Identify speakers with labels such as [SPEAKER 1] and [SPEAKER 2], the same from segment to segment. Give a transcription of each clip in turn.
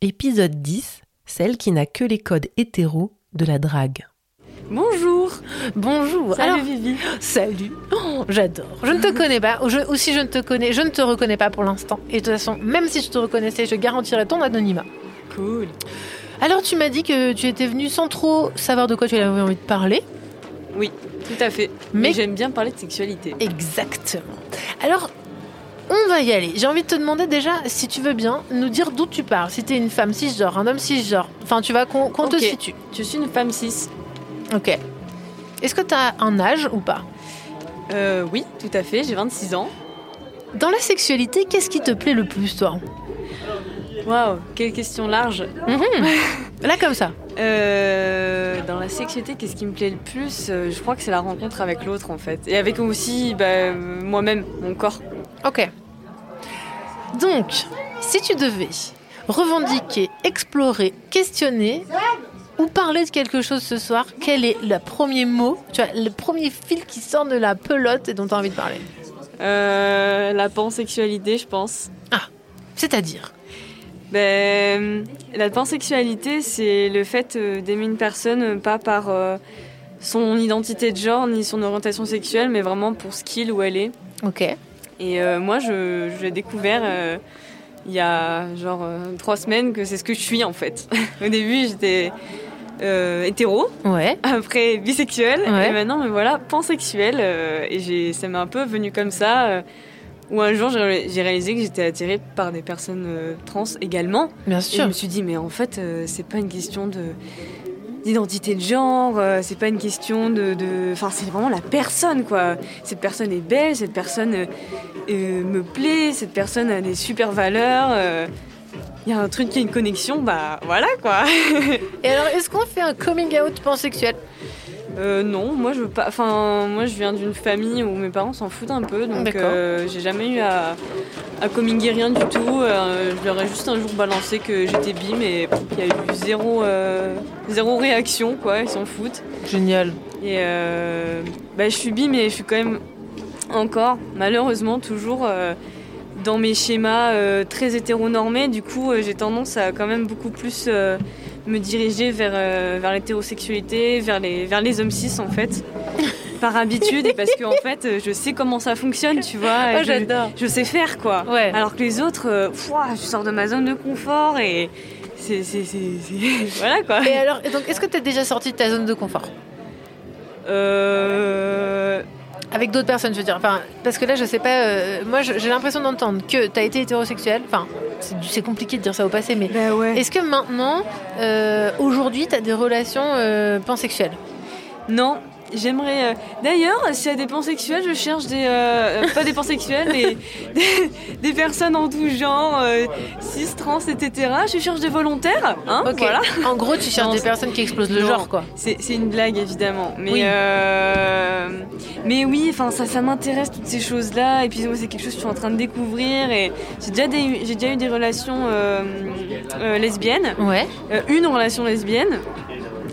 [SPEAKER 1] Épisode 10, celle qui n'a que les codes hétéros de la drague.
[SPEAKER 2] Bonjour.
[SPEAKER 1] Bonjour.
[SPEAKER 2] Salut
[SPEAKER 1] Alors,
[SPEAKER 2] Vivi.
[SPEAKER 1] salut. Oh, J'adore. Je ne te connais pas, ou, je- ou si je ne te connais, je ne te reconnais pas pour l'instant. Et de toute façon, même si je te reconnaissais, je garantirais ton anonymat.
[SPEAKER 2] Cool.
[SPEAKER 1] Alors tu m'as dit que tu étais venue sans trop savoir de quoi tu avais envie de parler.
[SPEAKER 2] Tout à fait.
[SPEAKER 1] Mais-
[SPEAKER 2] Mais j'aime bien parler de sexualité.
[SPEAKER 1] Exactement. Alors, on va y aller. J'ai envie de te demander déjà, si tu veux bien, nous dire d'où tu parles. Si t'es une femme cisgenre, un homme cisgenre. Enfin, tu vas qu'on qu'on
[SPEAKER 2] Ok.
[SPEAKER 1] te situe.
[SPEAKER 2] Je suis une femme cis.
[SPEAKER 1] Ok. Est-ce que t'as un âge ou pas
[SPEAKER 2] Euh, oui, tout à fait. J'ai 26 ans.
[SPEAKER 1] Dans la sexualité, qu'est-ce qui te plaît le plus, toi
[SPEAKER 2] Waouh, quelle question large.
[SPEAKER 1] Là, comme ça.
[SPEAKER 2] Euh, dans la sexualité, qu'est-ce qui me plaît le plus Euh, Je crois que c'est la rencontre avec l'autre en fait. Et avec aussi bah, euh, moi-même, mon corps.
[SPEAKER 1] Ok. Donc, si tu devais revendiquer, explorer, questionner ou parler de quelque chose ce soir, quel est le premier mot, tu vois, le premier fil qui sort de la pelote et dont tu as envie de parler
[SPEAKER 2] Euh, la pansexualité, je pense.
[SPEAKER 1] Ah, C'est-à-dire
[SPEAKER 2] Ben, la pansexualité, c'est le fait euh, d'aimer une personne euh, pas par euh, son identité de genre ni son orientation sexuelle, mais vraiment pour ce qu'il ou elle est.
[SPEAKER 1] Ok.
[SPEAKER 2] Et euh, moi, je, je l'ai découvert euh, il y a genre euh, trois semaines que c'est ce que je suis en fait. Au début, j'étais euh, hétéro,
[SPEAKER 1] Ouais.
[SPEAKER 2] après bisexuelle,
[SPEAKER 1] Ouais.
[SPEAKER 2] et maintenant, mais voilà, pansexuelle. euh, et j'ai, ça m'est un peu venu comme ça. euh, où un jour j'ai j'ai réalisé que j'étais attirée par des personnes euh, trans également.
[SPEAKER 1] Bien
[SPEAKER 2] Et je
[SPEAKER 1] sûr.
[SPEAKER 2] me suis dit, mais en fait, euh, c'est pas une question de d'identité de genre, euh, c'est pas une question de... de- Enfin, c'est vraiment la personne, quoi. Cette personne est belle, cette personne euh, euh, me plaît, cette personne a des super valeurs. euh, Il y a un truc qui est une connexion, bah voilà, quoi.
[SPEAKER 1] Et alors, est-ce qu'on fait un coming out pansexuel
[SPEAKER 2] Euh, non, moi, je veux pas... Enfin, moi, je viens d'une famille où mes parents s'en foutent un peu, donc
[SPEAKER 1] D'accord.
[SPEAKER 2] euh, j'ai jamais eu à, à comminguer rien du tout. Euh, je leur ai juste un jour balancé que j'étais bi, mais il y a eu zéro, euh, zéro réaction, quoi. Ils s'en foutent.
[SPEAKER 1] Génial.
[SPEAKER 2] Et euh, bah, je suis bi, mais je suis quand même encore, malheureusement, toujours euh, dans mes schémas euh, très hétéronormés. Du coup, euh, j'ai tendance à quand même beaucoup plus euh, me diriger vers, euh, vers l'hétérosexualité, vers les, vers les hommes cis en fait. Par habitude, et parce que en fait, euh, je sais comment ça fonctionne, tu vois. et
[SPEAKER 1] Oh,
[SPEAKER 2] je-
[SPEAKER 1] j'adore.
[SPEAKER 2] je sais faire quoi.
[SPEAKER 1] Ouais.
[SPEAKER 2] Alors que les autres, euh, Pouah, je sors de ma zone de confort et c'est. c'est- c'est- c'est- voilà quoi.
[SPEAKER 1] Et alors, et donc, est-ce que t'es déjà sorti de ta zone de confort
[SPEAKER 2] Euh.
[SPEAKER 1] Avec d'autres personnes, je veux dire. Enfin, parce que là, je sais pas. euh, moi, je- j'ai l'impression d'entendre que t'as été hétérosexuel. Enfin, c'est du- c'est compliqué de dire ça au passé, mais.
[SPEAKER 2] Bah ouais.
[SPEAKER 1] Est-ce que maintenant, euh, aujourd'hui, t'as des relations euh, pansexuelles
[SPEAKER 2] Non, j'aimerais. euh, D'ailleurs, s'il y a des pansexuels, je cherche des. euh, euh, pas des pansexuels, mais des, des personnes en tout genre, euh, cis, trans, etc. Je cherche des volontaires, hein, voilà.
[SPEAKER 1] En gros, tu cherches
[SPEAKER 2] Non,
[SPEAKER 1] des
[SPEAKER 2] c'est-
[SPEAKER 1] personnes qui explosent le
[SPEAKER 2] Non.
[SPEAKER 1] genre, quoi.
[SPEAKER 2] C'est c'est une blague évidemment, mais
[SPEAKER 1] Oui.
[SPEAKER 2] euh, mais oui, enfin ça, ça m'intéresse toutes ces choses-là et puis moi c'est quelque chose que je suis en train de découvrir et j'ai déjà des- j'ai déjà eu des relations euh, euh, lesbiennes,
[SPEAKER 1] Ouais.
[SPEAKER 2] euh, une relation lesbienne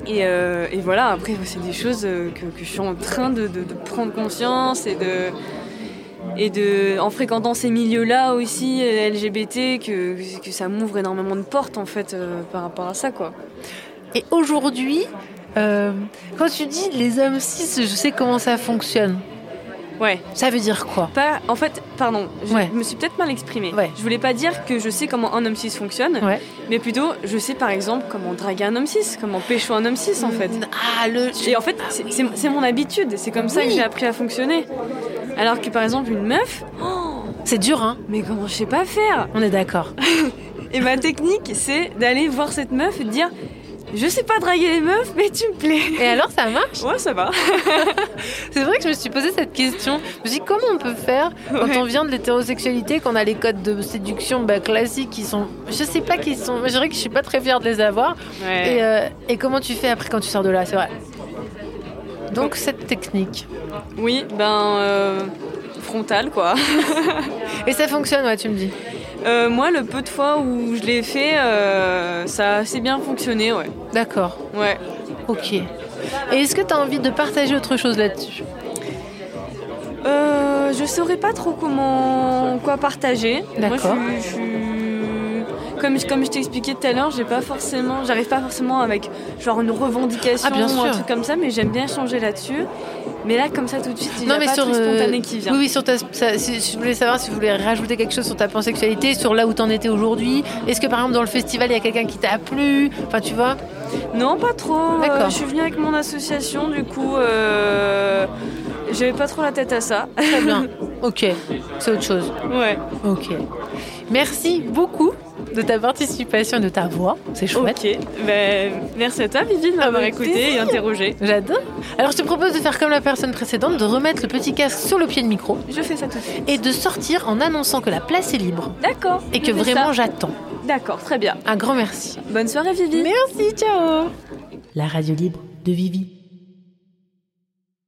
[SPEAKER 2] et, euh, et voilà après c'est des choses euh, que, que je suis en train de, de- de prendre conscience et de et de en fréquentant ces milieux-là aussi euh, LGBT que que ça m'ouvre énormément de portes en fait euh, par rapport à ça quoi.
[SPEAKER 1] Et aujourd'hui, euh, quand tu dis les hommes cis, je sais comment ça fonctionne.
[SPEAKER 2] Ouais.
[SPEAKER 1] Ça veut dire quoi
[SPEAKER 2] Pas, en fait, pardon, je
[SPEAKER 1] Ouais.
[SPEAKER 2] me suis peut-être mal exprimée.
[SPEAKER 1] Ouais.
[SPEAKER 2] Je voulais pas dire que je sais comment un homme cis fonctionne,
[SPEAKER 1] Ouais.
[SPEAKER 2] mais plutôt je sais par exemple comment draguer un homme cis, comment pécho un homme cis en fait.
[SPEAKER 1] Ah, le.
[SPEAKER 2] Et en fait, c'est- c'est c'est mon habitude, c'est comme ça que
[SPEAKER 1] Oui.
[SPEAKER 2] j'ai appris à fonctionner. Alors que par exemple, une meuf, oh,
[SPEAKER 1] C'est dur, hein
[SPEAKER 2] mais comment je sais pas faire
[SPEAKER 1] On est d'accord.
[SPEAKER 2] Et ma technique, c'est d'aller voir cette meuf et de dire Je sais pas draguer les meufs, mais tu me plais.
[SPEAKER 1] Et alors, ça marche
[SPEAKER 2] Ouais, ça va.
[SPEAKER 1] C'est vrai que je me suis posé cette question. Je me suis dit, comment on peut faire quand
[SPEAKER 2] Ouais.
[SPEAKER 1] on vient de l'hétérosexualité, qu'on a les codes de séduction bah, classiques qui sont. Je sais pas qui sont. Je dirais que je suis pas très fière de les avoir.
[SPEAKER 2] Ouais.
[SPEAKER 1] Et, euh, et comment tu fais après quand tu sors de là C'est vrai. Donc, cette technique.
[SPEAKER 2] Oui, ben. euh, frontal quoi.
[SPEAKER 1] Et ça fonctionne, ouais, tu me dis.
[SPEAKER 2] Euh, moi, le peu de fois où je l'ai fait, euh, ça a assez bien fonctionné, ouais.
[SPEAKER 1] D'accord.
[SPEAKER 2] Ouais.
[SPEAKER 1] Ok. Et est-ce que tu as envie de partager autre chose là-dessus
[SPEAKER 2] Euh, je saurais pas trop comment quoi partager. Moi,
[SPEAKER 1] D'accord.
[SPEAKER 2] je suis- je suis- comme, comme je t'expliquais tout à l'heure, j'ai pas forcément, j'arrive pas forcément avec genre une revendication
[SPEAKER 1] Ah, bien
[SPEAKER 2] ou un
[SPEAKER 1] sûr.
[SPEAKER 2] truc comme ça, mais j'aime bien échanger là-dessus. Mais là, comme ça, tout de suite, il y
[SPEAKER 1] Non,
[SPEAKER 2] a
[SPEAKER 1] mais
[SPEAKER 2] pas
[SPEAKER 1] sur,
[SPEAKER 2] de truc
[SPEAKER 1] euh,
[SPEAKER 2] spontané qui vient.
[SPEAKER 1] Oui, oui, sur ta, ça- si- je voulais savoir si vous voulez rajouter quelque chose sur ta pansexualité, sur là où t'en étais aujourd'hui. Est-ce que par exemple dans le festival il y a quelqu'un qui t'a plu Enfin, tu vois.
[SPEAKER 2] Non, pas trop.
[SPEAKER 1] D'accord.
[SPEAKER 2] Euh, je suis venue avec mon association, du coup, euh, j'avais pas trop la tête à ça.
[SPEAKER 1] Très bien. ok, c'est autre chose.
[SPEAKER 2] ouais.
[SPEAKER 1] Ok. Merci beaucoup de ta participation et de ta voix. C'est chouette.
[SPEAKER 2] Ok. Ben, merci à toi, Vivi, de
[SPEAKER 1] Ah,
[SPEAKER 2] m'avoir
[SPEAKER 1] avec
[SPEAKER 2] écouté et
[SPEAKER 1] plaisir.
[SPEAKER 2] interrogé.
[SPEAKER 1] J'adore. Alors je te propose de faire comme la personne précédente, de remettre le petit casque sur le pied de micro
[SPEAKER 2] Je fais ça tout de suite.
[SPEAKER 1] et de sortir en annonçant que la place est libre
[SPEAKER 2] D'accord.
[SPEAKER 1] et
[SPEAKER 2] je
[SPEAKER 1] que
[SPEAKER 2] fais ça.
[SPEAKER 1] vraiment j'attends.
[SPEAKER 2] D'accord, très bien.
[SPEAKER 1] Un grand merci.
[SPEAKER 2] Bonne soirée, Vivi.
[SPEAKER 1] Merci, ciao La radio libre de Vivi.